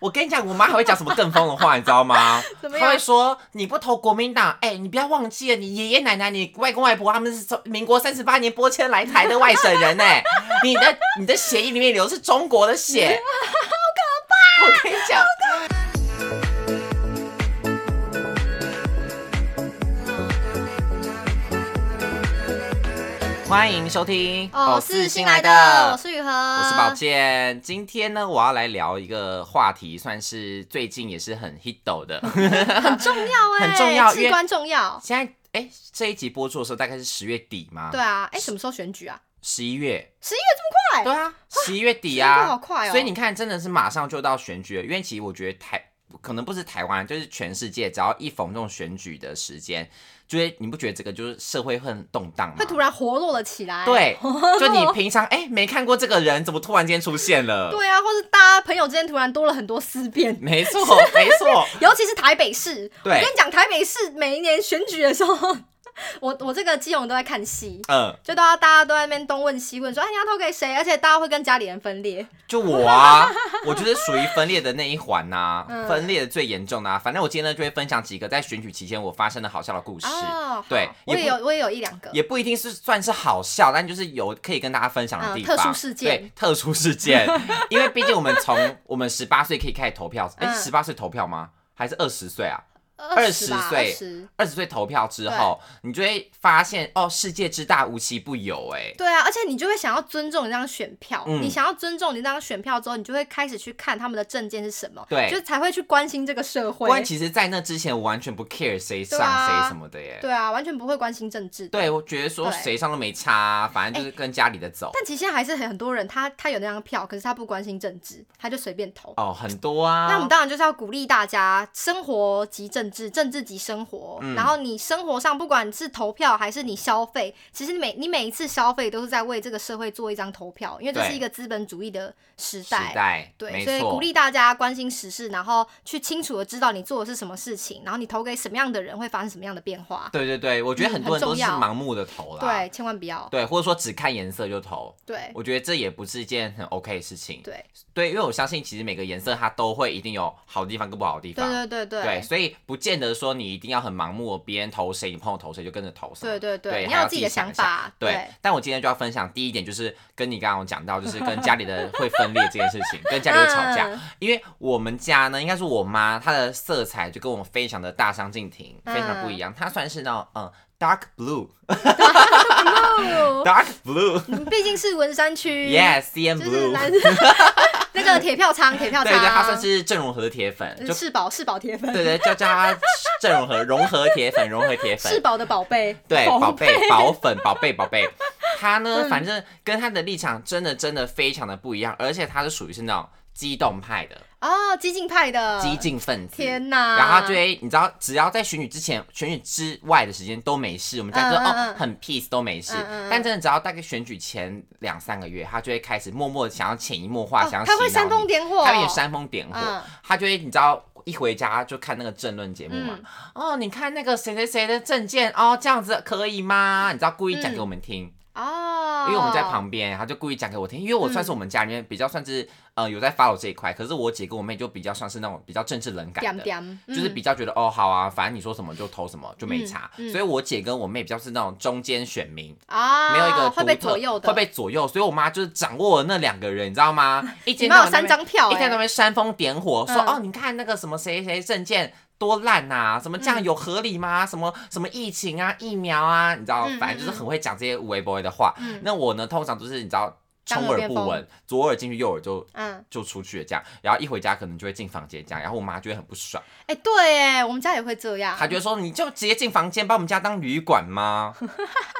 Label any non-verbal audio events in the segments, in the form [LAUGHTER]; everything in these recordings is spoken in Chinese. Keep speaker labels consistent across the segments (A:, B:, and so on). A: 我跟你讲，我妈还会讲什么更疯的话，你知道 [LAUGHS] 吗？
B: 怎么
A: 她
B: 样
A: 会？说你不投国民党，哎、你不要忘记了，你爷爷奶奶、你外公外婆他们是从民国三十八年拨迁来台的外省人、哎， [LAUGHS] 你的你的血液里面流的是中国的 [LAUGHS] 血，好可怕！我跟你讲，欢迎收听
B: 哦，
A: 偶
B: 是
A: 是
B: 新
A: 新
B: 来
A: 来
B: 的，
A: 的
B: 我，是雨禾，
A: 我
B: 我
A: 是宝。健，今天呢，我要来聊一个话题，算是最近也是很 hit
B: [LAUGHS]
A: 的。
B: 很
A: [LAUGHS]
B: 重要哎、
A: 很重要因为
B: 至关重要。
A: 现在哎、这一集播出的时候大概是十月底吗？
B: 对，啊，哎、什么时候选举啊？
A: 十一月。
B: 十一月这么快？
A: 对啊，十一月底
B: 时间
A: 啊，
B: 过好快哦
A: 所以你看，真的是马上就到选举了。因为其实我觉得台可能不是台湾，就是全世界，只要一逢这种选举的时间，就会你不觉得这个就是社会会很动荡吗？
B: 会突然活络了起来。 [LAUGHS]
A: 对，就你平常哎、没看过这个人，怎么突然间出现了？
B: 对啊，或是大家朋友之间突然多了很多思
A: [LAUGHS]
B: 辨，
A: 没错，没错。
B: 尤其是台北市。
A: 对
B: 我跟你讲，台北市每一年选举的时候， [LAUGHS] 我我这个基隆都在看戏。
A: 嗯，
B: 就大家大家都在那边东问西问说，哎，你要投给谁？而且大家会跟家里人分裂，
A: 就我啊，我就是属于分裂的那一环呐、
B: [LAUGHS] 嗯
A: 分裂的最严重的啊。反正我今天呢就会分享几个在选举期间我发生的好笑的故事，
B: 哦，
A: 对
B: 好我也
A: 也
B: 有
A: 不
B: 我也有一两个，
A: 也不一定是算是好笑，但就是有可以跟大家分享的地方。
B: 嗯特殊事件
A: 对，特殊事件，
B: [LAUGHS]
A: 因为毕竟我们从我们十八岁可以开始投票，哎、
B: 嗯
A: 1十八岁投票吗？还是二十岁啊？
B: 20吧
A: 20岁
B: 20
A: 二十岁投票之后，你就会发现哦，世界之大无奇不有、哎，
B: 对啊，而且你就会想要尊重你那张选票，
A: 嗯
B: 你想要尊重你那张选票之后，你就会开始去看他们的证件是什么，
A: 对
B: 就才会去关心这个社会
A: 不。然其实，在那之前我完全不 care 谁上
B: 对啊
A: 谁什么的耶。
B: 对啊，完全不会关心政治。，
A: 对，我觉得说
B: 对哎
A: 谁上都没差啊、反正就是跟家里的走。
B: 但其实现在还是很多人，他他有那张票，可是他不关心政治，他就随便投。
A: 哦，很多啊。
B: 那我们当然就是要鼓励大家，生活即政治，政治即生活。
A: 嗯
B: 然后你生活上，不管是投票还是你消费，其实你每你每一次消费都是在为这个社会做一张投票，因为这
A: 对
B: 是一个资本主义的时
A: 时
B: 代。
A: 代，
B: 对，
A: 没
B: 所以
A: 错
B: 鼓励大家关心时事，然后去清楚的知道你做的是什么事情，然后你投给什么样的人会发生什么样的变化。
A: 对对对，我觉得很多人都是
B: 嗯很重要
A: 盲目的投啦。
B: 对，千万不要。
A: 对，或者说只看颜色就投，
B: 对
A: 我觉得这也不是一件很 OK 的事情。
B: 对
A: 对，因为我相信其实每个颜色它都会一定有好的地方跟不好的地方。
B: 对对对
A: 对，所以不见得说你一定要很盲目，别人投谁，你朋友投谁就跟着投什么。
B: 对对对，
A: 对
B: 你
A: 还
B: 要
A: 要
B: 有自己
A: 自
B: 的
A: 己想
B: 想
A: 一下
B: 法。
A: 对，但我今天就要分享第一点，就是跟你刚刚有讲到，就是
B: [LAUGHS]
A: 跟家里的会分裂这件事情，跟家里会吵架。
B: 嗯
A: 因为我们家呢，应该是我妈，她的色彩就跟我非常的大相径庭，
B: 嗯
A: 非常不一样。她算是那种嗯 dark blue，dark
B: 哦 [LAUGHS]
A: blue，yes
B: 嗯毕竟是文
A: [LAUGHS]
B: 山区
A: CN
B: 就是男
A: blue，
B: 那个铁票仓，铁票
A: 嗯 [LAUGHS] 对
B: 仓，嗯
A: 对，她算是郑容和的铁粉，就
B: 世宝世宝铁粉，
A: 对对，叫叫她郑容和融合铁粉，融合铁粉
B: 世。宝的宝贝，
A: 对，
B: 哦
A: 宝贝、宝粉、宝贝、宝
B: [LAUGHS]
A: 贝，他呢，
B: 嗯
A: 反正跟他的立场真的真的非常的不一样，而且他是属于是那种激动派的
B: 哦，激进派的，
A: 激，进分子。
B: 天哪！
A: 然后他就会，你知道，只要在选举之前、选举之外的时间都没事，我们家就
B: 嗯嗯
A: 哦
B: 嗯
A: 很 peace 都没事
B: 嗯嗯嗯。
A: 但真的只要大概选举前两三个月，他就会开始默默地想要潜移默化，
B: 哦
A: 想要
B: 他会
A: 洗脑
B: 煽风
A: 你
B: 点火，
A: 他有点煽风点火，
B: 嗯
A: 他就会你知道。一回家就看那个政论节目嘛
B: 嗯，
A: 哦，你看那个谁谁谁的证件哦，这样子可以吗？你知道故意讲给
B: 嗯
A: 我们听，
B: 哦，嗯
A: 因为我们在旁边，他就故意讲给我听，因为我算是我们家里面比较算是呃有在 follow 这一块，可是我姐跟我妹就比较像是那种比较政治冷感
B: 边
A: 的，
B: 边，
A: 就是
B: 嗯
A: 比较觉得哦好啊，反正你说什么就投什么就没差，
B: 嗯嗯
A: 所以我姐跟我妹比较是那种中间选民，
B: 啊，
A: 没有一个
B: 会被
A: 独特
B: 左右的，
A: 会被左右，所以我妈就是掌握了那两个人，你知道
B: [LAUGHS]
A: 吗？一
B: 你
A: 天
B: 妈
A: 到
B: 有三张票
A: 一天到
B: 哎，
A: 晚煽风点火，说
B: 嗯
A: 哦，你看那个什么谁谁证件多烂呐、什么
B: 嗯
A: 这样有合理吗？什么什么疫情啊、疫苗啊，你知道，
B: 嗯
A: 反正就是很会讲这些无微不微的话。
B: 嗯
A: 那我呢，通常都是你知道，
B: 当
A: 充
B: 耳
A: 耳
B: 边
A: 不
B: 风
A: 闻，左耳进去，右耳就。
B: 嗯，
A: 就出去了这样，然后一回家可能就会进房间这样，然后我妈就会很不爽，
B: 哎，对，哎，我们家也会这样，
A: 她就会说你就直接进房间，把我们家当旅馆
B: [LAUGHS]
A: 吗？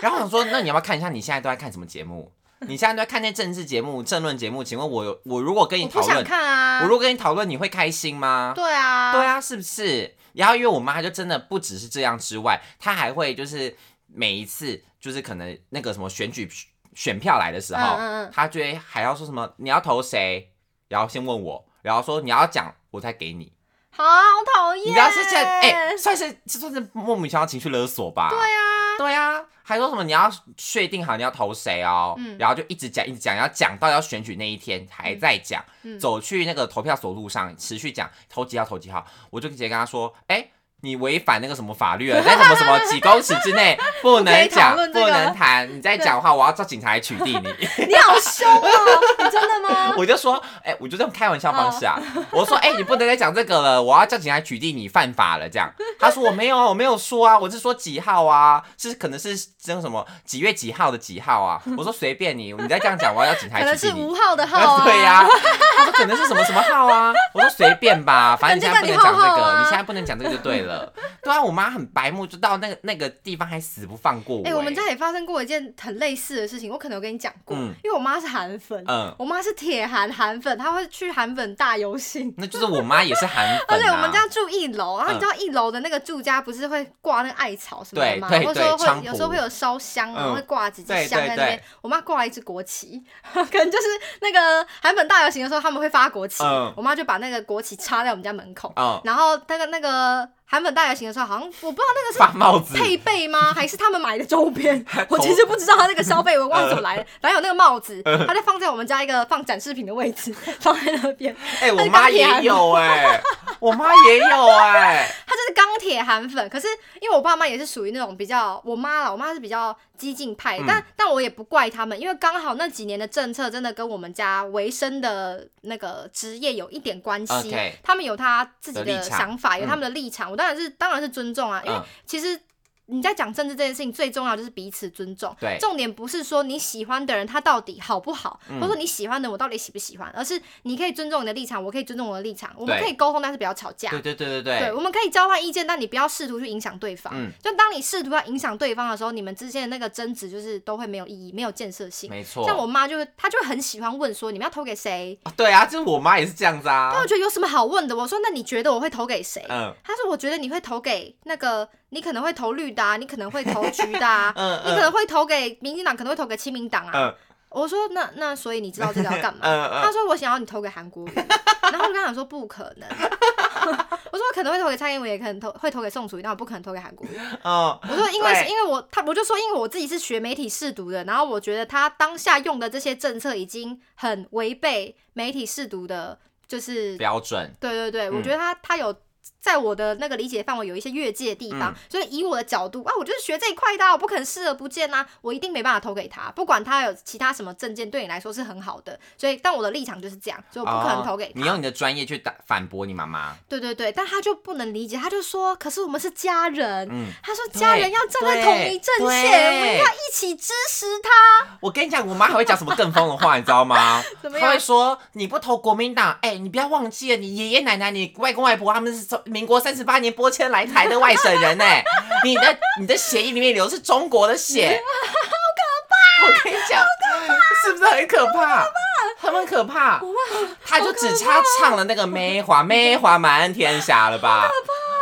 A: 然后我想说，那你要不要看一下你现在都在看什么节目？你现在都在看那政治节目、政论节目？请问我有我如果跟你
B: 我
A: 讨
B: 不想
A: 论，
B: 看啊，
A: 我如果跟你讨论，你会开心吗？
B: 对啊，
A: 对，啊，是不是？然后因为我妈就真的不只是这样之外，她还会就是每一次就是可能那个什么选举选票来的时候，
B: 嗯嗯嗯
A: 她就会还要说什么你要投谁，然后先问我，然后说你要讲我再给你。
B: 好，好讨厌，
A: 哎你知道是现在哎、算是这算是莫名其妙情绪勒索吧？
B: 对啊，
A: 对啊，还说什么你要确定好你要投谁哦，
B: 嗯
A: 然后就一直讲一直讲，然后讲到要选举那一天还在讲，
B: 嗯
A: 走去那个投票所路上持续讲投几号投几号，我就直接跟他说，哎、你违反那个什么法律了， [LAUGHS] 在什么什么几公尺之内不
B: 可以
A: 能
B: 讨
A: 讲、
B: 论这
A: 不
B: 个
A: 能谈，你再
B: 对
A: 讲的话，我要叫警察来取缔你。
B: [LAUGHS] 你好凶哦，
A: [LAUGHS]
B: 你真的吗？
A: 我就说，哎、我就这种开玩笑方式啊。
B: 哦
A: [LAUGHS] 我说，哎、你不能再讲这个了，我要叫警察取缔你，犯法了这样。他说我没有 [LAUGHS] 啊，我没有说啊，我是说几号啊，是可能是那个什么几月几号的几号
B: [LAUGHS]
A: 啊。我说随便你，你再这样讲，我要叫警察
B: 可能
A: 取
B: 是
A: 缔你
B: 吴。浩的号
A: [LAUGHS]
B: 啊，
A: 对呀、他说可能是什么什么号啊，我说随便
B: [LAUGHS]
A: 吧，反正你现在不能讲这
B: 反正就叫你
A: 个，
B: 浩浩啊
A: 你现在不能讲这个就对了。对啊，我妈很白目，就到那个那个地方还死不放过我、
B: 哎、我们家也发生过一件很类似的事情，我可能有跟你讲过，
A: 嗯
B: 因为我妈是韩粉，
A: 嗯，
B: 我妈是铁韩韩粉，她会去韩粉大游行。
A: 那就是我妈也是韩粉、啊。
B: [LAUGHS]
A: 嗯
B: 而且我们家住一楼，然后你知道一楼的那个住家不是会挂那个艾草什么的
A: 对
B: 吗？
A: 对
B: 或者说
A: 对菖
B: 会
A: 蒲
B: 有时候会有烧香啊，
A: 嗯
B: 会挂几支
A: 对
B: 香在
A: 对
B: 那边
A: 对。
B: 我妈挂了一支国旗， [LAUGHS] 可能就是那个韩粉大游行的时候他们会发国旗
A: 嗯，
B: 我妈就把那个国旗插在我们家门口，
A: 嗯，
B: 然后那个那个韩粉大游行的时候，好像我不知道那个是
A: 发帽子。？
B: 配备吗？还是他们买的周边 [LAUGHS] 我其实不知道他那个消费文忘记
A: 嗯
B: 怎么来的。反正有那个帽子，他就放在我们家一个放展示品的位置， [LAUGHS] 放在那边。
A: 哎、我
B: 那个
A: 妈
B: 钢铁
A: 也
B: 韩
A: 有哎、我妈也有哎、
B: 他就是钢铁韩粉，可是因为我爸妈也是属于那种比较，我妈啦，我妈是比较激进派，
A: 嗯
B: 但但我也不怪他们，因为刚好那几年的政策真的跟我们家维生的那个职业有一点关系
A: OK
B: 他们有他自己
A: 的立
B: 的
A: 场
B: 想法，有
A: 嗯
B: 他们的立场，我当然是当然是尊重啊， [LAUGHS] 因为
A: 嗯
B: 其实。你在讲政治这件事情，最重要就是彼此尊重。
A: 对
B: 重点不是说你喜欢的人他到底好不好，
A: 嗯
B: 或者说你喜欢的我到底喜不喜欢，而是你可以尊重你的立场，我可以尊重我的立场，我们
A: 对
B: 可以沟通，但是不要吵架。
A: 对对对对对，
B: 对，我们可以交换意见，但你不要试图去影响对方。
A: 嗯
B: 就当你试图要影响对方的时候，你们之间的那个争执就是都会没有意义，没有建设性。
A: 没错。
B: 像我妈就会，她就会很喜欢问说你们要投给谁？
A: 啊对啊，就是我妈也是这样子啊
B: 但。我觉得有什么好问的？我说那你觉得我会投给谁？
A: 嗯，
B: 她说我觉得你会投给那个，你可能会投绿的、啊，你可能会投橘的、啊
A: 嗯
B: 你可能
A: 嗯
B: 会投给民进党，可能会投给亲民党啊。
A: 嗯
B: 我说那那所以你知道这个要
A: [LAUGHS]
B: 干嘛？ [LAUGHS]
A: 嗯
B: 他
A: 嗯，
B: 说我想要你投给韩国瑜，然后我就跟他讲说不可能， [LAUGHS] 我说我可能会投给蔡英文，也可能投会投给宋楚瑜，但我不可能投给韩国瑜。
A: 嗯
B: 我说因为是
A: 对
B: 因为我他我就说因为我自己是学媒体试读的，然后我觉得他当下用的这些政策已经很违背媒体试读的，就是
A: 标准。
B: 对对对，
A: 嗯
B: 我觉得他他有。在我的那个理解范围有一些越界的地
A: 嗯
B: 方，所以以我的角度啊，我就是学这一块的啊、我不可能视而不见呐、我一定没办法投给他，不管他有其他什么证件对你来说是很好的，所以但我的立场就是这样，所以我不可能投给
A: 哦
B: 他。
A: 你用你的专业去打反驳你妈妈。
B: 对对对，但他就不能理解，他就说，可是我们是家人，
A: 嗯，
B: 他说
A: 对
B: 家人要站在同一阵线，
A: 对
B: 我们要一起支持他。
A: 我跟你讲，我妈还会讲什么更疯的话，你知道 [LAUGHS] 吗？
B: 怎么
A: 她
B: 样
A: 会说你不投国民党，哎、你不要忘记了，你爷爷奶奶、你外公外婆他们是从民国三十八年播迁来台的外省人呢、 [LAUGHS] 你的你的血液里面流的是中国的血， [LAUGHS] 好可怕！我跟你讲，是不是很可怕？他们很可怕，他就只差唱了那个梅花，梅花满天下了吧？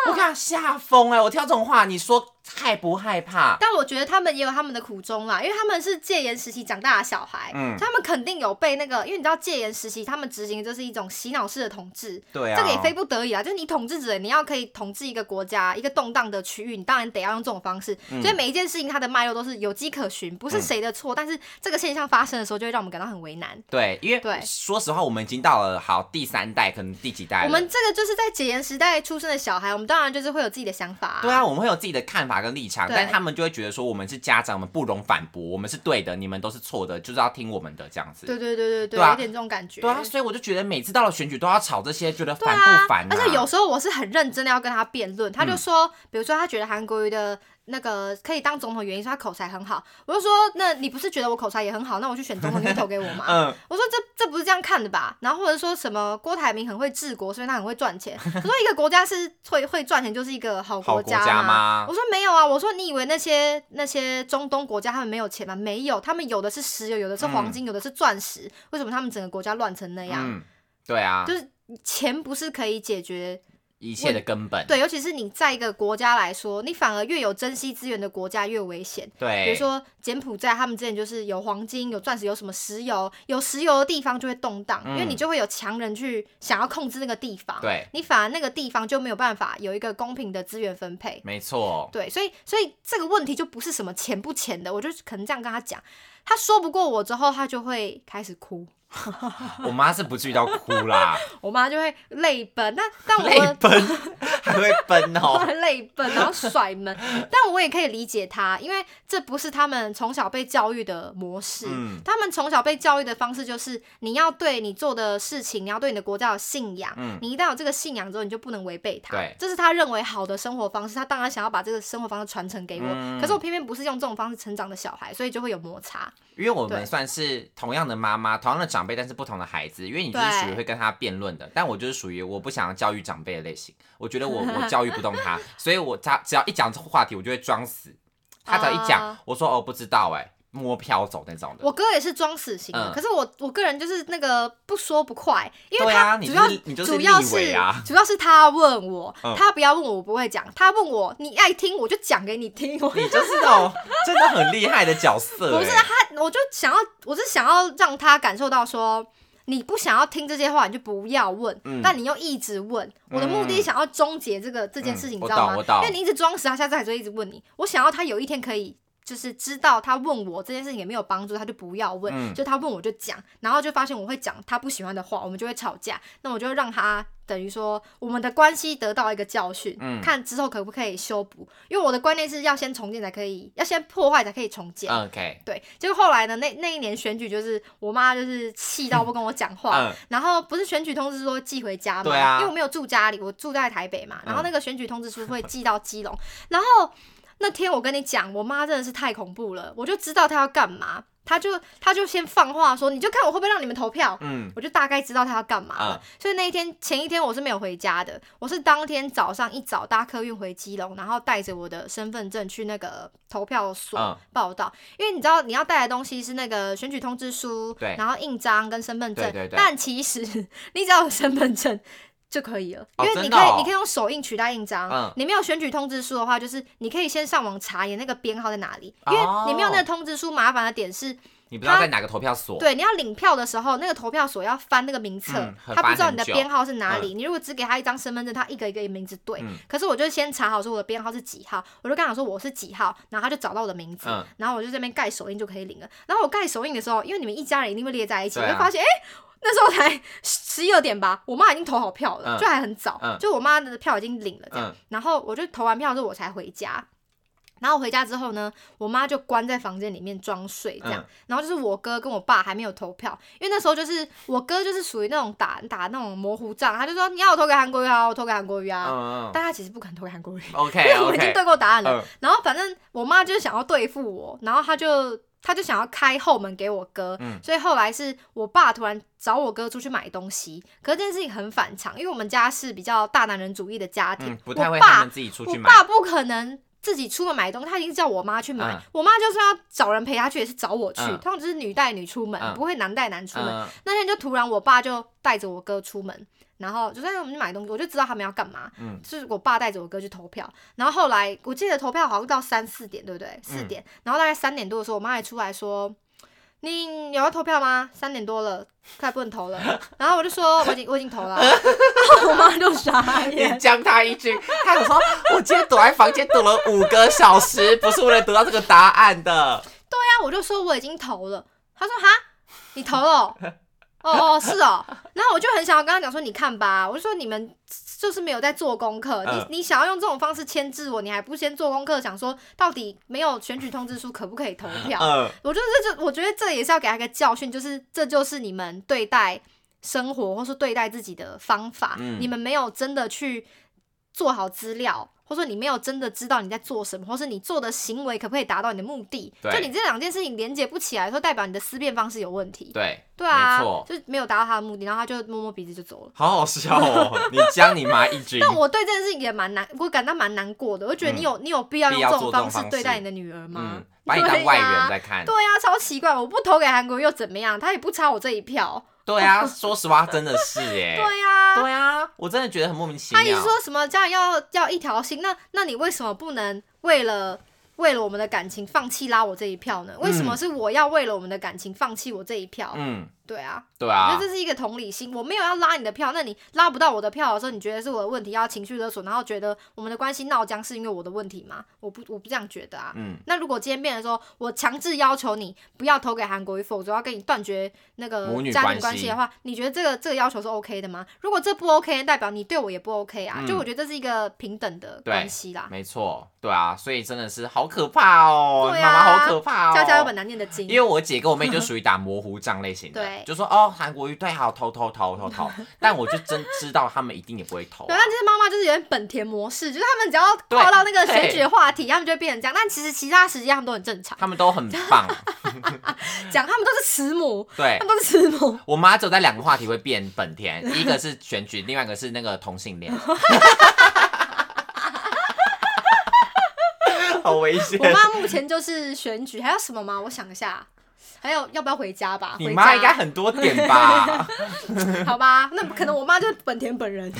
A: 我跟你讲吓疯哎！我听到这种话，你说害不害怕？
B: 但我觉得他们也有他们的苦衷啦，因为他们是戒严时期长大的小孩，
A: 嗯
B: 所以他们肯定有被那个，因为你知道戒严时期他们执行的就是一种洗脑式的统治。
A: 对啊，
B: 这个也非不得已啊，就是你统治者，你要可以统治一个国家、一个动荡的区域，你当然得要用这种方式。
A: 嗯
B: 所以每一件事情它的脉络都是有迹可循，不是谁的错。但是这个现象发生的时候，就会让我们感到很为难。
A: 对，因为
B: 对
A: 说实话，我们已经到了好第三代，可能第几代了
B: 我们这个就是在解严时代出生的小孩，我们当然就是会有自己的想法、啊。
A: 对啊，我们会有自己的看法跟立场，
B: 对
A: 但他们就会觉得说我们是家长，我们不容反驳，我们是对的，你们都是错的，就是要听我们的这样子。
B: 对对对对对，
A: 对啊
B: 有点这种感觉。
A: 对啊，所以我就觉得每次到了选举都要吵这些，觉得
B: 对
A: 烦
B: 啊
A: 不烦、啊嗯
B: 而且有时候我是很认真的要跟他辩论，他
A: [LAUGHS]
B: 就说，比如说他觉得韩国瑜的那个可以当总统的原因是他口才很好，我就说，那你不是觉得我口才也很好，那我去选总统，你会投给我吗？
A: 嗯，
B: 我说这这不是这样看的吧？然后或者说什么郭台铭很会治国，所以他很会赚钱。我说一个国家是会会赚钱就是一个好
A: 好
B: 国
A: 国家吗
B: 我说没有啊，我说你以为那些那些中东国家他们没有钱吗？没有，他们有的是石油，有的是黄
A: 嗯
B: 金，有的是钻石，为什么他们整个国家乱成那样？
A: 嗯，对啊
B: 就，是钱不是可以解决
A: 一切的根本。
B: 对，尤其是你在一个国家来说，你反而越有珍惜资源的国家越危险。
A: 对，
B: 比如说柬埔寨，他们之前就是有黄金、有钻石、有什么石油，有石油的地方就会动荡，因为
A: 嗯
B: 你就会有强人去想要控制那个地方，
A: 对，
B: 你反而那个地方就没有办法有一个公平的资源分配。
A: 没错，
B: 对，所以所以这个问题就不是什么钱不钱的，我就可能这样跟他讲，他说不过我之后，他就会开始哭，
A: 我妈是不至于到哭啦，
B: 我妈就会泪奔。 [LAUGHS] 那但
A: 泪
B: 我
A: 奔， [LAUGHS] 还会奔哦。
B: [LAUGHS] 泪奔，然后甩门。但我也可以理解他，因为这不是他们从小被教育的模式。
A: 嗯
B: 他们从小被教育的方式就是，你要对你做的事情，你要对你的国家有信仰。
A: 嗯
B: 你一旦有这个信仰之后，你就不能违背它。
A: 对
B: 这是他认为好的生活方式，他当然想要把这个生活方式传承给我。
A: 嗯
B: 可是我偏偏不是用这种方式成长的小孩，所以就会有摩擦。
A: 因为我
B: 对
A: 们算是同样的妈妈，同样的长辈，但是不同的孩子。因为你就是属于
B: 对
A: 会跟他辩论的，但我就是属于我不想要教育长辈的类型。我觉得我我教育不动他，所以我他只要一讲这个话题，我就会装死。他只要一讲
B: 啊，
A: 我说哦不知道哎、摸飘走那种的。
B: 我哥也是装死型的，
A: 嗯
B: 可是我我个人就是那个不说不快，因为
A: 对
B: 他
A: 啊，
B: 主
A: 你
B: 要、
A: 就是你就是
B: 主
A: 立
B: 要
A: 委
B: 是、
A: 啊，
B: 主要是他问我，
A: 嗯
B: 他不要问我，我不会讲。他问我，你爱听我就讲给你听。我
A: 你就是那种真的很厉害的角色、
B: 不是
A: 哎
B: 他， [LAUGHS] 我就想要，我是想要让他感受到说，你不想要听这些话，你就不要问，
A: 嗯
B: 但你又一直问。我的目的是想要终结这个、这件事情，
A: 嗯
B: 你知道吗？
A: 我懂我懂
B: 因为你一直装死，他下次还是会一直问你。我想要他有一天可以。就是知道他问我这件事情也没有帮助，他就不要问。
A: 嗯
B: 就他问我就讲，然后就发现我会讲他不喜欢的话，我们就会吵架。那我就让他等于说我们的关系得到一个教训，
A: 嗯
B: 看之后可不可以修补。因为我的观念是要先重建才可以，要先破坏才可以重建。
A: 嗯，OK，
B: 对，结果后来呢，那那一年选举就是我妈就是气到不跟我讲话，
A: 嗯
B: 然后不是选举通知说寄回家嘛，
A: 对啊
B: 因为我没有住家里，我住在台北嘛，然
A: 嗯
B: 后那个选举通知书会寄到基隆，然后那天我跟你讲，我妈真的是太恐怖了，我就知道她要干嘛，她就她就先放话说，你就看我会不会让你们投票。
A: 嗯
B: 我就大概知道她要干嘛了，
A: 嗯
B: 所以那一天前一天我是没有回家的，我是当天早上一早搭客运回基隆，然后带着我的身份证去那个投票所，
A: 嗯，
B: 报道，因为你知道你要带的东西是那个选举通知书，
A: 对
B: 然后印章跟身份证，
A: 对对对
B: 但其实 [LAUGHS] 你只要有身份证。就可以了，因
A: 哦
B: 为你
A: 真
B: 可
A: 的
B: 以，
A: 哦
B: 你可以用手印取代印章。
A: 嗯
B: 你没有选举通知书的话，就是你可以先上网查研那个编号在哪里，
A: 哦
B: 因为你没有那个通知书，麻烦的点是，
A: 你不知道在哪个投票所，
B: 对，你要领票的时候，那个投票所要翻那个名册，
A: 嗯很
B: 他不
A: 烦
B: 知道
A: 很
B: 你的
A: 久
B: 编号是哪里。你如果只给他一张身份证，他一个一个名字对。
A: 嗯
B: 可是我就先查好说我的编号是几号，我就跟他讲说我是几号，然后他就找到我的名字，
A: 嗯
B: 然后我就这边盖手印就可以领了。然后我盖手印的时候，因为你们一家人一定会列在一起，
A: 对
B: 我
A: 啊
B: 就发现哎。那时候才十一二点吧，我妈已经投好票了，
A: 嗯
B: 就还很早，
A: 嗯
B: 就我妈的票已经领了这样。
A: 嗯
B: 然后我就投完票之后我才回家，然后回家之后呢，我妈就关在房间里面装睡这样。
A: 嗯
B: 然后就是我哥跟我爸还没有投票，因为那时候就是我哥就是属于那种打打那种模糊仗，他就说你要我投给韩国瑜啊，我投给韩国瑜啊，
A: 嗯嗯
B: 但他其实不肯投给韩国瑜，因
A: OK
B: [LAUGHS] 为我已经
A: OK，
B: 对过答案了。
A: 嗯
B: 然后反正我妈就是想要对付我，然后她就她就想要开后门给我哥，
A: 嗯
B: 所以后来是我爸突然找我哥出去买东西，可是这件事情很反常，因为我们家是比较大男人主义的家庭，
A: 嗯，不太
B: 我
A: 会他
B: 爸
A: 们自己出
B: 我
A: 去买，
B: 爸不可能。自己出门买东西，他一定是叫我妈去买。
A: 嗯
B: 我妈就算要找人陪她去，也是找我去。
A: 嗯
B: 通常就是女带女出门，
A: 嗯
B: 不会男带男出门。
A: 嗯
B: 那天就突然我爸就带着我哥出门，然后就说哎我们去买东西，我就知道他们要干嘛。
A: 嗯
B: 是我爸带着我哥去投票，然后后来我记得投票好像到三四点，对不对？
A: 嗯
B: 四点，然后大概三点多的时候，我妈还出来说。你有要投票吗？三点多了，快不能投了。
A: [LAUGHS]
B: 然后我就说我已经我已经投了，啊然后我妈就傻眼
A: 你。将 [LAUGHS] 他一句，他想说，我今天躲在房间躲了五个小时，不是为了得到这个答案的。
B: 那啊我就说我已经投了。他说哈，你投了
A: [LAUGHS]
B: 哦？哦哦，是哦。然后我就很想要跟他讲说，你看吧，我就说你们就是没有在做功课，
A: 嗯
B: 你你想要用这种方式牵制我，你还不先做功课，想说到底没有选举通知书可不可以投票？
A: 嗯，
B: 我就是这就我觉得这也是要给他一个教训，就是这就是你们对待生活或是对待自己的方法，
A: 嗯
B: 你们没有真的去做好资料，或者说你没有真的知道你在做什么，或是你做的行为可不可以达到你的目的，
A: 对
B: 就你这两件事情连接不起来的时候，代表你的思辨方式有问题。
A: 对，
B: 对啊
A: 没错，嗯
B: 就是没有达到他的目的，然后他就摸摸鼻子就走了。
A: 好好笑 [LAUGHS] 哦！你将你妈一军，
B: 但我对这件事情也蛮难，我感到蛮难过的。我觉得你有、你有必要用
A: 嗯必要
B: 这
A: 做
B: 种
A: 这种
B: 方式
A: 方
B: 对待
A: 式
B: 你的女儿吗
A: 嗯？，把你当
B: 对
A: 外人
B: 呀
A: 在看。
B: 对呀、超奇怪，我不投给韩国瑜又怎么样？他也不差我这一票。
A: 对啊，说实话，真的是耶。
B: 对呀、
A: 对啊，我真的觉得很莫名其
B: 他一
A: 妙
B: 直。说什么家人要要一条心，那那你为什么不能为了为了我们的感情放弃拉我这一票呢？为什么是我要为了我们的感情放弃我这一票？
A: 嗯，
B: 对啊，
A: 对
B: 我觉
A: 啊
B: 得，这是一个同理心。我没有要拉你的票，那你拉不到我的票的时候，你觉得是我的问题，要情绪勒索，然后觉得我们的关系闹僵是因为我的问题吗？我不我不这样觉得啊。
A: 嗯，
B: 那如果今天变成说我强制要求你不要投给韩国瑜，否则要跟你断绝那个
A: 母女
B: 家
A: 关
B: 庭关系
A: 系
B: 的话，你觉得这个这个要求是 OK 的吗？如果这不 OK，代表你对我也不 OK 啊。
A: 嗯
B: 就我觉得这是一个平等的
A: 对
B: 关系啦。
A: 没错，对啊，所以真的是好可怕哦，
B: 对
A: 妈
B: 啊
A: 妈好可怕哦。
B: 家家有本难念的经
A: 因，为我姐跟我妹就属于打模糊仗类型的
B: 嗯对，
A: 就说哦，韩国瑜对，好投投投投
B: [LAUGHS]
A: 投，但我就真知道他们一定也不会投啊、
B: 对，但就是妈妈就是有点本田模式，就是他们只要
A: 对
B: 跨到那个选
A: 对
B: 举的话题，他们就会变成这样。但其实其他时间他们都很正常，
A: 他们都很
B: [LAUGHS]
A: 棒，
B: 讲他们都是慈母，
A: 对
B: 他。们都是慈母。
A: 我妈只有在两个话题会变本田，一个是选举，另外一个是那个同性
B: [LAUGHS]
A: 恋，好危险
B: 我妈目前就是选举，还有什么吗？我想一下，还有要不要回家吧？
A: 你
B: 回
A: 妈
B: 家
A: 应该很多点
B: [LAUGHS]
A: 吧？
B: 好吧，那可能我妈就是本田
A: [LAUGHS]
B: 本人。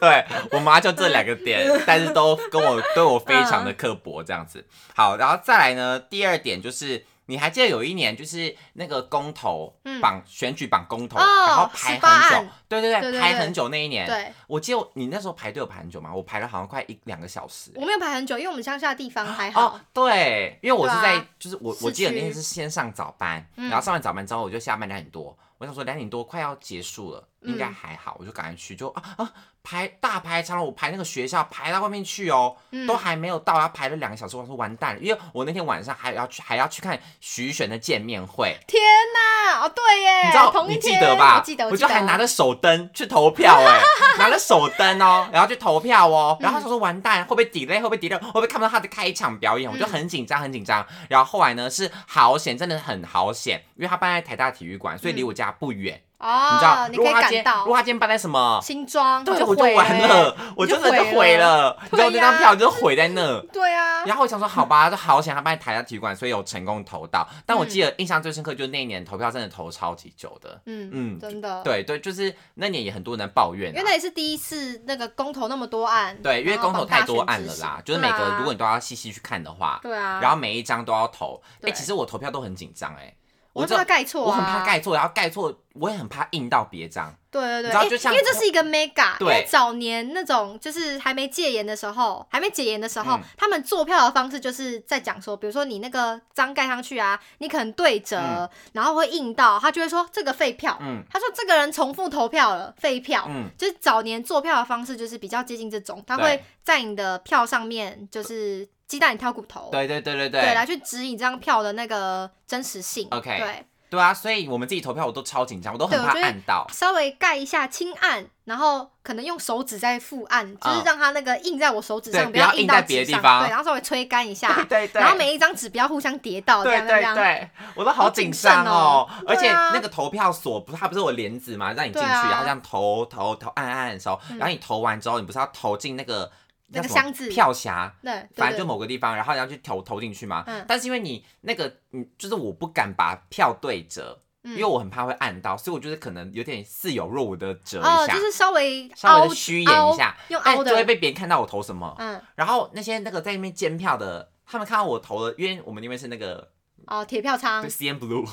A: 对我妈就这两个点，但是都跟我对我非常
B: 嗯
A: 的刻薄这样子。好，然后再来呢，第二点就是。你还记得有一年就是那个公投
B: 嗯
A: 榜、选举榜公投，
B: 哦
A: 然后排
B: 18
A: 很久
B: 案，
A: 对对
B: 对
A: 对，
B: 对
A: 排
B: 对
A: 很久那一年，
B: 对，
A: 我记得我你那时候排队有排很久吗？我排了好像快一两个小时。
B: 我没有排很久，因为我们乡下地方还好。
A: 哦，对，因为我是
B: 对
A: 在，
B: 啊
A: 就是我
B: 市
A: 我记得那天
B: 区
A: 是先上早班，
B: 嗯
A: 然后上完早班之后我就下班两点多，我想说两点多快要结束了，应该
B: 嗯
A: 还好，我就赶快去，就啊啊排大排长龙，我排那个学校排到外面去哦，
B: 嗯
A: 都还没有到，然后排了两个小时，我说完蛋了，因为我那天晚上还要去还要去看徐选的见面会，
B: 天哪！哦，对耶，
A: 你知道
B: 同
A: 你
B: 一
A: 记
B: 天，
A: 得吧？
B: 我记得，
A: 我
B: 记得。
A: 就还拿着手灯去投票哎、 [LAUGHS] 拿着手灯哦，然后去投票哦，
B: 嗯
A: 然后想说完蛋，会不会 delay，会不会 delay，会不会看不到他的开场表
B: 嗯
A: 演？我就很紧张，很紧张。然后后来呢，是好险，真的很好险，因为他办在台大体育馆，所以离我家不远。你知道
B: 嗯哦，，你
A: 如
B: 可
A: 果
B: 以
A: 他今天
B: 赶
A: 如果
B: 到
A: 他今天办在什么？
B: 新庄，
A: 对，
B: 就
A: 我就
B: 毁
A: 完
B: 了。
A: 了，我真的
B: 你就
A: 就毁
B: 毁
A: 了，你知道我那
B: 对
A: 张
B: 呀
A: 票就毁在那。
B: 对啊，
A: 然后我想说，好吧，就好险他办在台大体育馆，所以有成功投到。但我记得印象最深刻就是那一年投票真的投超级久的，
B: 嗯
A: 嗯，
B: 真的，
A: 对对，就是那年也很多人在抱怨、
B: 因
A: 啊
B: 为，那也是第一次那个公投那么多案，
A: 对，因为
B: 然后
A: 公投
B: 绑大
A: 太多
B: 选
A: 案
B: 之
A: 了
B: 时
A: 啦，就是每
B: 对
A: 个
B: 啊
A: 如果你都要细细去看的话，
B: 对啊，
A: 然
B: 后
A: 后每一张都要投。哎、
B: 对
A: 其实我投票都很紧张哎，
B: 我
A: 这
B: 怕盖错啊，哦
A: 我很怕，盖错，然后盖错我也很怕印到别张，
B: 对对
A: 你
B: 对，
A: 知道
B: 因
A: 就像
B: 因为这是一个 mega，因
A: 对
B: 为早年那种就是还没戒严的时候，还没解严的时候，
A: 嗯
B: 他们做票的方式就是在讲说，比如说你那个章盖上去啊，你可能对折，
A: 嗯
B: 然后会印到，他就会说这个废票，
A: 嗯
B: 他说这个人重复投票了，废票。
A: 嗯，
B: 就是早年做票的方式，就是比较接近这种，他
A: 对
B: 会在你的票上面就是鸡蛋里挑骨头，
A: 对对对对
B: 哦对来去指引这张票的那个真实性。
A: OK
B: 对，
A: 对啊，所以我们自己投票我都超紧张，我都很
B: 对我
A: 怕
B: 觉得
A: 按到，
B: 稍微盖一下轻按，然后可能用手指再复按，就是让它那个印在我手指上，
A: 嗯对
B: 不要
A: 不要印
B: 到
A: 在别的
B: 纸上
A: 地方
B: 对，然后稍微吹干一下，
A: [LAUGHS] 对
B: 然后每一张纸不要互相叠到，哦这
A: 对
B: 样这
A: 对
B: 样。
A: 对，我都
B: 好
A: 好
B: 谨
A: 紧张
B: 慎
A: 哦
B: 哦。
A: 而且
B: 对啊
A: 那个投票所不是它不是有帘子嘛，让你进去，
B: 对啊
A: 然后这样投投投按按的时候，
B: 嗯
A: 然后你投完之后，你不是要投进那个
B: 那
A: 叫
B: 个
A: 什么
B: 箱子
A: 票匣？
B: 对对
A: 反正就
B: 对
A: 某个地方，然后你要去投投进去嘛。
B: 嗯
A: 但是因为你那个，嗯，就是我不敢把票对折，因为
B: 嗯
A: 我很怕会按到，所以我就是可能有点似有若无的折
B: 哦，
A: 一下，
B: 就是稍微
A: 稍微
B: 凹
A: 的虚掩一下
B: 凹，用
A: 但
B: 凹
A: 就会
B: 的，
A: 被别人看到我投什么。
B: 嗯，
A: 然后那些那个在那边监票的，他们看到我投了，因为我们那边是那个
B: 哦，铁票仓
A: 对，CN Blue，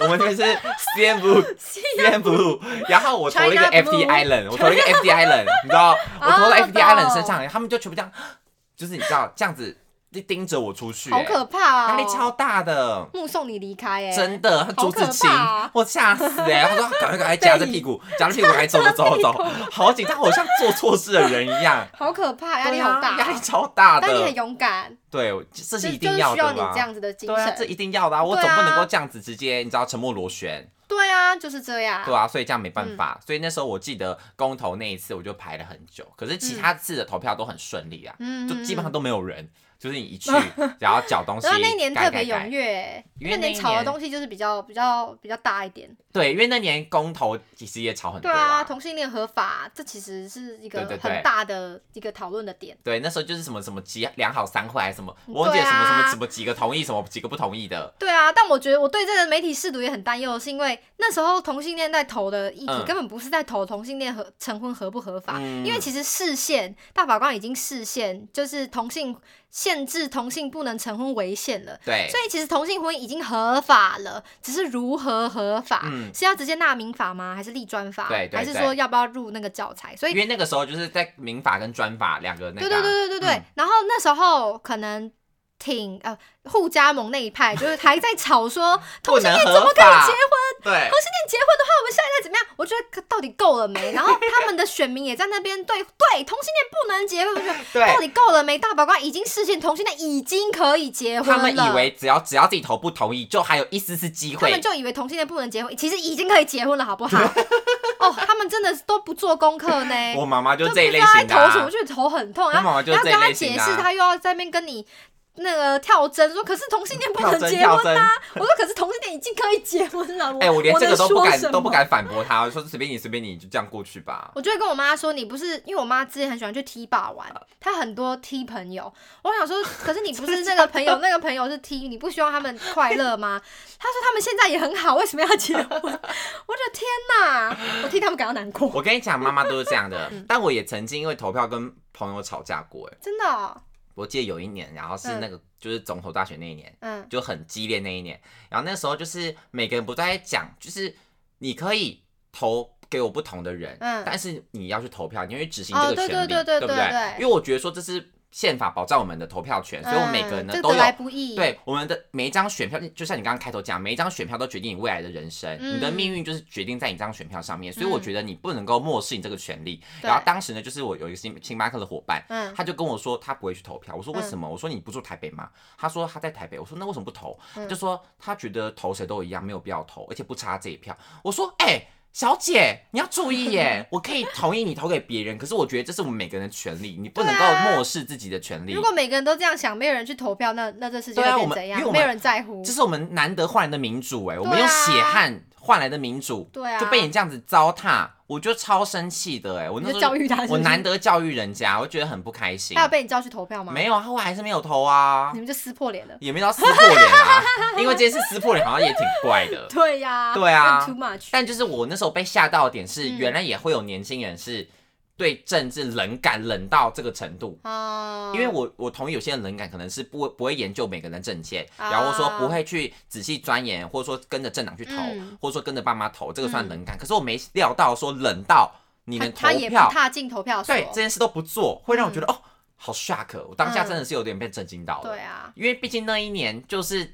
A: 我们这边是 CN
B: [LAUGHS]
A: Blue，CN Blue，然后我投了一个
B: China
A: FD
B: Blue
A: Island，我投了一个 FD Island，你知道，
B: [LAUGHS]
A: 我投了
B: 哦
A: FD
B: 我
A: Island
B: 懂
A: 身上，他们就全部这样，就是你知道这样子就盯着我出去、
B: [LAUGHS]
A: 欸
B: 好可怕
A: 压
B: 哦，
A: 力超大的。
B: 目送你离开，哎，
A: 真的，他朱
B: 好
A: 自
B: 可
A: 清
B: 怕啊，
A: 我吓死哎、欸！他说赶快
B: [LAUGHS]
A: 赶快夹着屁股，夹着屁股赶快走走走走，好紧张，我像做错事的人一样，
B: 好可怕， [LAUGHS] 压力好
A: 对啊
B: 大，
A: 压力超大
B: [LAUGHS] 但你很
A: 的。
B: 勇敢，
A: 对，这
B: 就是
A: 一
B: 就
A: 定
B: 是
A: 要
B: 需
A: 的
B: 要你
A: 啦
B: 这样子的精
A: 对啊，这
B: 神，
A: 一定要的、啊，我
B: 对
A: 总不能
B: 啊
A: 够这样子直接，你知道，沉默螺旋。
B: 对啊，嗯就是这样。
A: 对啊，所以这样没办法。所以那时候我记得公投那一次，我就排了很久，可是其他次的投票都很顺利啊，
B: 嗯，嗯，
A: 就基本上
B: 嗯。
A: 都没有人，就是你一
B: [LAUGHS]
A: 去然后缴东西，
B: 然后那一年
A: 改
B: 特
A: 改
B: 别
A: 改
B: 踊跃，
A: 因
B: 因
A: 为
B: 为
A: 那一
B: 年吵的
A: 年
B: 东西就是比较比较比较大一点。
A: 对，因为那年公投其实也吵很多
B: 对啊，
A: 对
B: 同性恋合法，这其实是一个
A: 对对对
B: 很大的一个讨论的点。
A: 那时候就是什么什么几良好三会还是什么，我忘记了什么
B: 啊
A: 什么什么几个同意，什么几个不同意的。
B: 对啊，但我觉得我对这个媒体试读也很担忧，是因为那时候同性恋在投的议题、
A: 嗯
B: 根本不是在投同性恋合成婚合不合法，
A: 嗯
B: 因为其实视线大法官已经视线就是同性限制同性不能成婚违宪了。
A: 对
B: 所，以其实同性婚姻已经合法了，只是如何合法，
A: 嗯
B: 是要直接纳民法吗？还是立专法？
A: 对对
B: 还是
A: 对
B: 说要不要入那个教材？所以
A: 因为那个时候就是在民法跟专法两个那个
B: 对
A: 啊、
B: 对对对对对。
A: 嗯
B: 然后那时候可能挺呃互加盟那一派，就是还在
A: [LAUGHS]
B: 吵说同
A: 不
B: 性
A: 能
B: 恋怎么
A: 合
B: 可以
A: 法
B: 结婚？
A: 对
B: 同性恋结婚的话，我们下一代怎么样？我觉得到底够了没？然后他们的选民也在那边对 [LAUGHS] 对同性恋不能结婚，我觉得到
A: 对，
B: 底够了没？大法官已经视线同性恋已经可以结婚
A: 他们
B: 了，
A: 以为只要只要自己投不同意，就还有一丝丝机
B: 他
A: 会
B: 们。就以为同性恋不能结婚，其实已经可以结婚了，好不
A: [LAUGHS]
B: 好？哦，他们真的都不做功课呢。
A: 我妈妈就
B: 就
A: 这一
B: 不知
A: 类
B: 道在
A: 型的、
B: 投什么，
A: 啊
B: 我，觉得头很痛，
A: [LAUGHS] 那
B: 然后
A: 妈妈就
B: 然后
A: 这
B: 哦跟
A: 一
B: 他
A: 类
B: 解
A: 型
B: 释，
A: 的啊
B: 他又要在那边跟你那个跳针说，可是同性恋不
A: 跳
B: 能
A: 针
B: 结
A: 跳
B: 婚
A: 针
B: 呐、 [LAUGHS] 我说可是同性恋已经可以结婚了，我
A: 哎、我连这个都不
B: 能说
A: 敢
B: 什么
A: 都不。敢反驳他，我说随便你随便你就这样过去吧。
B: 我就会跟我妈说，你不是因为我妈之前很喜欢去 T 吧玩，她很多 T 朋友。我想说，可是你不是那个
A: [LAUGHS]
B: 朋友，那个朋友是 T，你不希望他们快乐吗？她说他们现在也很好，为什么要结婚？ [LAUGHS] 我的天哪，我替他们感到难过，
A: 我跟你讲，妈妈都是这样
B: [LAUGHS]
A: 的，
B: 嗯
A: 但我也曾经因为投票跟朋友吵架过。哎，
B: 真的哦、
A: 我记得有一年，然后是那个、就是总统大选那一年，
B: 嗯
A: 就很激烈那一年。然后那时候就是每个人不在讲，就是你可以投给我不同的人，
B: 嗯
A: 但是你要去投票，你要去执行
B: 哦
A: 这个
B: 对
A: 权利，
B: 对对对
A: 不
B: 对对
A: 因为我觉得说这是宪法保障我们的投票权，所以我每个人
B: 嗯
A: 呢
B: 这
A: 都
B: 得
A: 有
B: 来不易，
A: 对我们的每一张选票，就像你刚刚开头讲，每一张选票都决定你未来的人生，你的
B: 嗯
A: 命运就是决定在你这张选票上面，所以我
B: 嗯
A: 觉得你不能够漠视你这个权利。
B: 对
A: 然后当时呢，就是我有一个星星巴克的伙伴，
B: 嗯，
A: 他就跟我说他不会去投票，我说为
B: 嗯
A: 什么？我说你不住台北吗？他说他在台北，我说那为什么不投？他
B: 嗯
A: 就说他觉得投谁都一样，没有必要投，而且不差这一票。我说哎、小姐，你要注意
B: [LAUGHS]
A: 耶！我可以同意你投给别人，可是我觉得这是我们每个人的权利，你不
B: 对
A: 能够
B: 啊
A: 漠视自己的权利。
B: 如果每个人都这样想，没有人去投票，那那这世界
A: 对啊
B: 会
A: 我
B: 变
A: 们
B: 怎
A: 因为我们
B: 样？没有人在乎
A: 这。是我们难得换来的民主哎、我们
B: 对啊
A: 用血汗换来的民主，
B: 对啊，
A: 就被你这样子糟蹋，我就超生气的哎、我那
B: 你
A: 时
B: 就
A: 候
B: 教育他是不
A: 我
B: 是
A: 难得教育人家，我觉得很不开心
B: 他。有被你叫去投票吗？
A: 没有啊，后来还是没有投啊
B: 你，们就撕破脸了。
A: 也没到撕破脸啊，因为这次撕破脸好像也挺怪的。
B: [LAUGHS] 对呀，
A: 对啊
B: ，too much。
A: [LAUGHS] 但就是我那时候被吓到的点是，
B: 嗯
A: 原来也会有年轻人是对政治冷感冷到这个程度。
B: 哦，
A: 因为我我同意有些人冷感可能是不不会研究每个人的证件，
B: 啊
A: 然后说不会去仔细钻研，或者说跟着政党去投，
B: 嗯
A: 或者说跟着爸妈投，这个算冷感。可是我没料到说冷到你
B: 他
A: 连投
B: 他也不
A: 票
B: 踏进投票所，
A: 对这件事都不做，会让我觉得、哦好 shock，我哦当下真的是有点被震惊到了。
B: 嗯对啊，
A: 因为毕竟那一年就是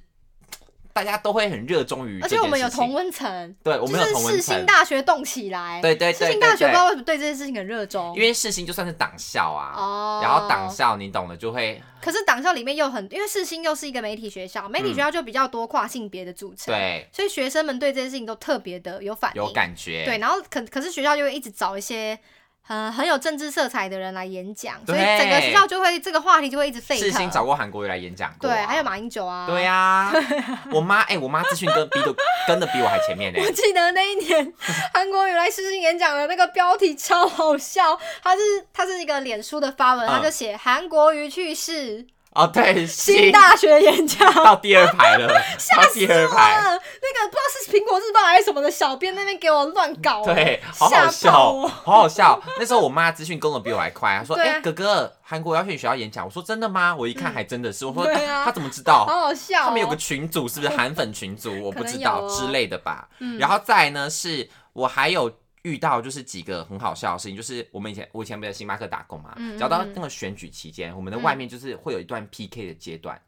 A: 大家都会很热衷于
B: 而
A: 这件
B: 且
A: 事情，
B: 我们有同温层，
A: 对我们有
B: 就是
A: 同
B: 世
A: 温
B: 新
A: 层，
B: 大学动起来，
A: 对对
B: 世
A: 对
B: 新大
A: 对
B: 学不知道
A: 对，
B: 为什么对这件事情很热衷
A: 因。为世新就算是党校啊，
B: 哦，
A: 然后党校你懂的就会
B: 可是党校里面又很，因为世新又是一个媒体学校，媒体
A: 嗯
B: 学校就比较多跨性别的组成，，
A: 对
B: 所以学生们对这件事情都特别的有反应，
A: 有感觉，
B: 对，然后可可是学校就会一直找一些很、呃很有政治色彩的人来演讲，所以
A: 对
B: 整个学校就会这个话题就会一直沸
A: 世新找
B: 腾。
A: 过韩国瑜来演讲过、
B: 对，
A: 啊，
B: 还有马英九啊。
A: 对、啊， [LAUGHS] 我妈哎、我妈资讯跟比的跟的比我还前
B: [LAUGHS]
A: 面呢、
B: [LAUGHS] 我记得那
A: [LAUGHS]
B: 一年韩国瑜来世新演讲的那个标题超好笑，他是他是一个脸书的发文，
A: 嗯
B: 他就写韩国瑜去世，
A: 哦，对，
B: 新
A: 新
B: 大学演
A: [LAUGHS]
B: 讲。[LAUGHS]
A: 到第二排了，到第二排，
B: 啊，那个不知道是苹果日报还是什么的小编那边给我乱搞，
A: 对，好好
B: 吓
A: 笑
B: 到我
A: 哦，好好笑。那时候我妈资讯跟我比我还快，她说：“
B: 对
A: 哎、
B: 啊嗯
A: 哥哥，韩国要去你学校演讲。”我说：“真的吗？”我一看还真的是，我说：“
B: 对啊
A: 她怎么知道？”
B: 好好笑、哦。
A: 他们有个群组，是不是韩粉群
B: [LAUGHS]
A: 组？我不知
B: 可
A: 道
B: 能有哦
A: 之类的吧。然后再来呢，是我还有遇到就是几个很好笑的事情，就是我们以前我以前不是在星巴克打工嘛，
B: 嗯
A: 只要到
B: 嗯嗯
A: 那个选举期间，我们的外面就是会有一段 PK 的阶段，
B: 啊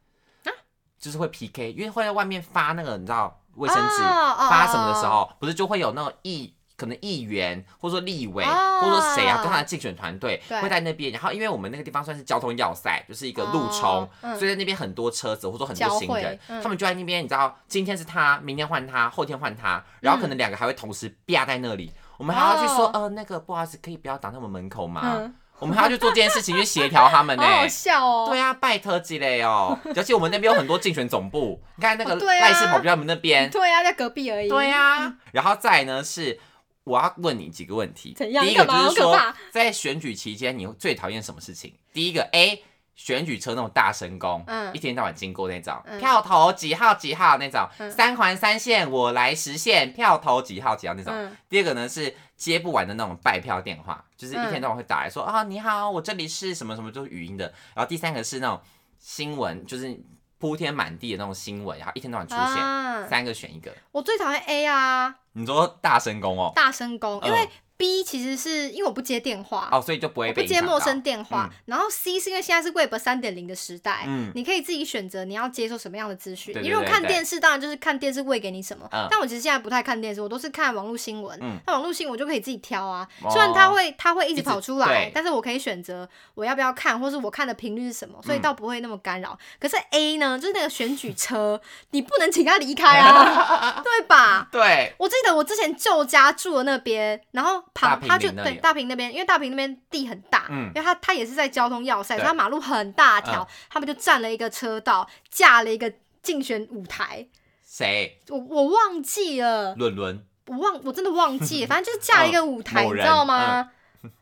A: 就是会 PK，因为会在外面发那个你知道卫生纸
B: 哦哦
A: 发什么的时候，不是就会有那种一可能议员或者说立委，
B: 啊
A: 或者说谁啊，跟他的竞选团队
B: 对
A: 会在那边。然后因为我们那个地方算是交通要塞，就是一个路
B: 哦
A: 冲，
B: 嗯
A: 所以在那边很多车子或者说很多
B: 交
A: 行人
B: 汇，嗯
A: 他们就在那边，你知道，今天是他，明天换他，后天换
B: 嗯
A: 他，然后可能两个还会同时啪在那里。我们还要去说，
B: 哦
A: 呃，那个不好意思，可以不要挡在我们门口吗？
B: 嗯，
A: 我们还要去做这件事情去协调他们呢、 [LAUGHS]
B: 好 [LAUGHS] 好笑哦。
A: 对啊，拜托之类哦，而且我们那边有很多竞选总部，你看那个
B: 哦对啊
A: 赖世宝就在我们那边。
B: 对啊呀、在隔壁而已。
A: 啊对啊呀、然后再来呢是我要问你几个问题，
B: 怎样
A: 第一个
B: 干嘛
A: 就是
B: 好可
A: 说
B: 怕，
A: 在选举期间你最讨厌什么事情？第一个 A。选举车那种大神工，
B: 嗯
A: 一天到晚经过那种，
B: 嗯
A: 票投几号几号那种，
B: 嗯
A: 三环三线我来实现，票投几号几号那种。
B: 嗯
A: 第二个呢是接不完的那种拜票电话，就是一
B: 嗯
A: 天到晚会打来说啊、你好，我这里是什么什么，就是语音的。然后第三个是那种新闻，就是铺天满地的那种新闻，然后一天到晚出现，
B: 啊，
A: 三个选一个。
B: 我最讨厌 A 啊，
A: 你说大声公哦，
B: 大声公，
A: 嗯
B: 因为 B 其实是因为我不接电话。
A: 哦，所以就不会
B: 我
A: 被
B: 不
A: 影
B: 接
A: 响
B: 陌
A: 到
B: 生电话，然后 C 是因为现在是 Web 三点零的时代，
A: 嗯
B: 你可以自己选择你要接受什么样的资讯。
A: 对对
B: 你如果
A: 对
B: 看
A: 对
B: 电视，当然就是看电视喂给你什么，
A: 嗯
B: 但我其实现在不太看电视，我都是看网络新闻。
A: 嗯
B: 那网络新闻我就可以自己挑啊，
A: 哦
B: 虽然它会它会一
A: 一
B: 直
A: 直
B: 跑出来
A: 对，
B: 但是我可以选择我要不要看，或是我看的频率是什么，所以
A: 嗯
B: 倒不会那么干扰。可是 A 呢，就是那个选举
A: [LAUGHS]
B: 车，你不能请他离开啊，对吧？
A: 对，
B: 我记得我之前舅家住的那边，然后
A: 大
B: 旁
A: 坪
B: 他就
A: 林那
B: 对
A: 里哦
B: 大坪那边，因为大坪那边地很大，
A: 嗯
B: 因为他他也是在交通要塞，所
A: 对嗯
B: 以他马路很大条，他们就占了一个车道，架了一个竞选舞台，
A: 谁？
B: 我我忘记了，
A: 伦伦，
B: 我忘我真的忘记了，反正就是
A: [LAUGHS]
B: 架了一个舞台，
A: 嗯某
B: 你
A: 人嗯
B: 知道吗？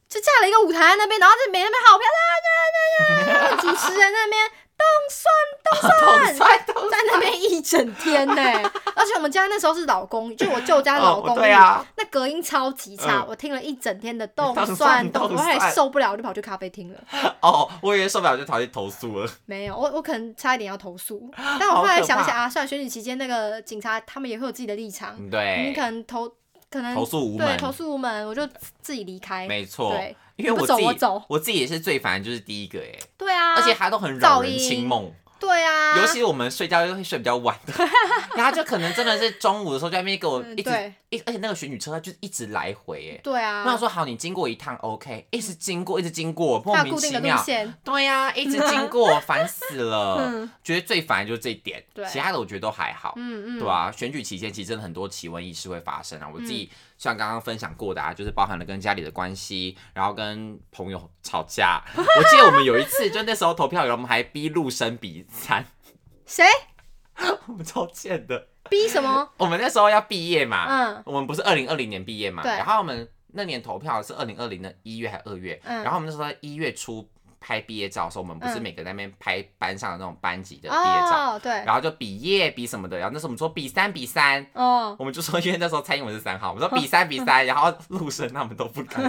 B: 就架了一个舞台在那边，然后就每那边好漂亮啊啊啊啊啊！主持人在那边
A: [LAUGHS]
B: 动算
A: 统 [LAUGHS] 帅都
B: 在那边一整天呢、
A: [LAUGHS]
B: 而且我们家那时候是老公寓，就我舅家老公
A: 哦
B: 寓，
A: 对啊
B: 那隔音超级差，
A: 嗯
B: 我听了一整天的动
A: 动
B: 算
A: 算
B: 动，
A: 动
B: 我后来
A: 算
B: 受不了，我就跑去咖啡
A: [LAUGHS]
B: 厅了。
A: 哦，我以为受不了就跑去投诉
B: [LAUGHS]
A: 了。
B: 没有，我我可能差一点要投
A: [LAUGHS]
B: 诉，但我
A: 好
B: 后来
A: 可
B: 想
A: 怕
B: 想啊，算了，选举期间那个警察他们也会有自己的立场，
A: 嗯
B: 你
A: 对
B: 可，能投可能
A: 投诉无
B: 对
A: 门，
B: 投诉无门，我就自己离开。
A: 没错，
B: 对
A: 因为
B: 不
A: 我
B: 走
A: 自己
B: 我走
A: 自己也是最烦，就是第一个哎，
B: 对啊，
A: 而且他都很扰
B: 噪
A: 人
B: 音
A: 清梦。
B: 对啊，
A: 尤其是我们睡觉又会睡比较
B: [LAUGHS]
A: 晚的，然后他就可能真的是中午的时候就在那边给我
B: 嗯
A: 一直、
B: 对
A: 一，而且那个选举车它就一直来回哎。
B: 对
A: 那我
B: 啊，
A: 说好，你经过一趟 OK，一直经过，一直经过，莫
B: 它有
A: 名
B: 固定
A: 其
B: 的路
A: 妙。
B: 线，
A: 对呀、一直经过，烦死了。
B: [LAUGHS] 嗯
A: 觉得最烦的就是这一点
B: 对，
A: 其他的我觉得都还好。
B: 嗯嗯，
A: 对啊，选举期间其实真的很多奇闻异事会发生啊。我自己
B: 嗯
A: 像刚刚分享过的啊，就是包含了跟家里的关系，然后跟朋友吵
B: [LAUGHS]
A: 架。我记得我们有一次，就那时候投票，然后我们还逼陆生比惨，
B: 谁
A: 我们超欠的。
B: 逼
A: [LAUGHS]
B: 什么？
A: 我们那时候要毕业嘛，
B: 嗯
A: 我们不是二零二零年毕业嘛，
B: 对
A: 然后我们那年投票是二零二零的一月还二月，
B: 嗯
A: 然后我们那时候在一月初拍毕业照的时候，我们不是
B: 嗯
A: 每个在那边拍班上的那种班级的毕业照，
B: 哦，对，
A: 然后就比耶比什么的，然后那时候我们说比三比
B: [LAUGHS]
A: 三，
B: 哦，
A: 我们就说因为那时候蔡英文是三号，我们说比三比
B: [LAUGHS]
A: 三，然后陆生他们都不敢比，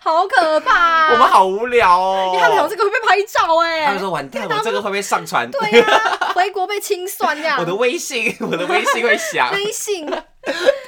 B: 好可怕、啊！
A: 我们好无聊哦
B: 因为。他们想这个会被拍照哎、
A: 他们说完蛋，我这个会不会上传？
B: 对啊呀、回国被清算这样。
A: [LAUGHS] 我的微信，我的微信会
B: [LAUGHS]
A: 响。[LAUGHS]
B: 微信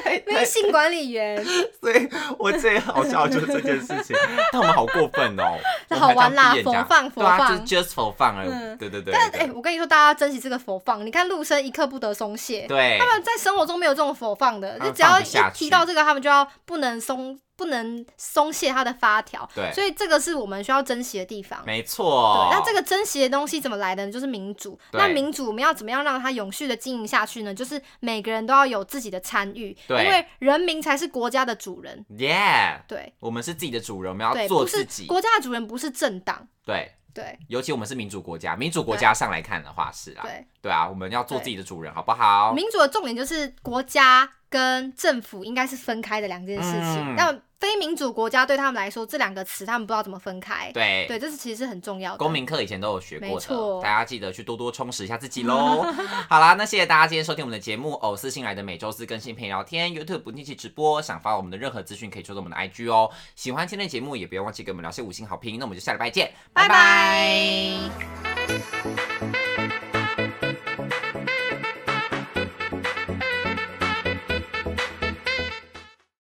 A: 对对
B: 微信管理员，，
A: 所以我最好笑的就是这件事情，但我们好过分哦
B: 那好玩啦
A: 我们还这样逼人家
B: 佛放
A: 对啊，
B: 佛
A: 就
B: 放
A: 是 just for fun 而已
B: 嗯
A: 对对对，
B: 但哎、
A: 对
B: 我跟你说，大家要珍惜这个佛放。你看陆生一刻不得松懈，
A: 对
B: 他们在生活中没有这种佛放的，
A: 他
B: 就
A: 们
B: 只要
A: 放不
B: 一
A: 下去
B: 提到这个，他们就要不能松，不能松懈他的发条。
A: 对
B: 所以这个是我们需要珍惜的地方。
A: 没
B: 对
A: 错，，
B: 那这个珍惜的东西怎么来的呢？就是民主。
A: 对
B: 那民主我们要怎么样让它永续的经营下去呢？就是每个人都要有自己的参与，因
A: 对
B: 为人民才是国家的主人。
A: yeah，
B: 对
A: 我们是自己的主人，我们要
B: 对，
A: 做
B: 不
A: 自
B: 是
A: 己，
B: 国家的主人不是政党。
A: 对，
B: 对
A: 尤其我们是民主国家，民主国家上来看的话是啊，
B: 对，
A: 对啊，我们要做
B: 对
A: 自己的主人，好不好？
B: 民主的重点就是国家跟政府应该是分开的两件事情。
A: 嗯
B: 但非民主国家对他们来说，这两个词他们不知道怎么分开。
A: 对。
B: 对，这是其实是很重要的。
A: 公民课以前都有学
B: 没
A: 过
B: 错
A: 的，大家记得去多多充实一下自己喽。 [LAUGHS] 好啦，那谢谢大家今天收听我们的节目偶私信来的每周四更新陪你聊天，YouTube 不定期直播，想发我们的任何资讯可以追踪我们的 IG 哦。喜欢今天的节目也不要忘记给我们聊些五星好评，那我们就下礼拜见，拜
B: 拜拜
A: 拜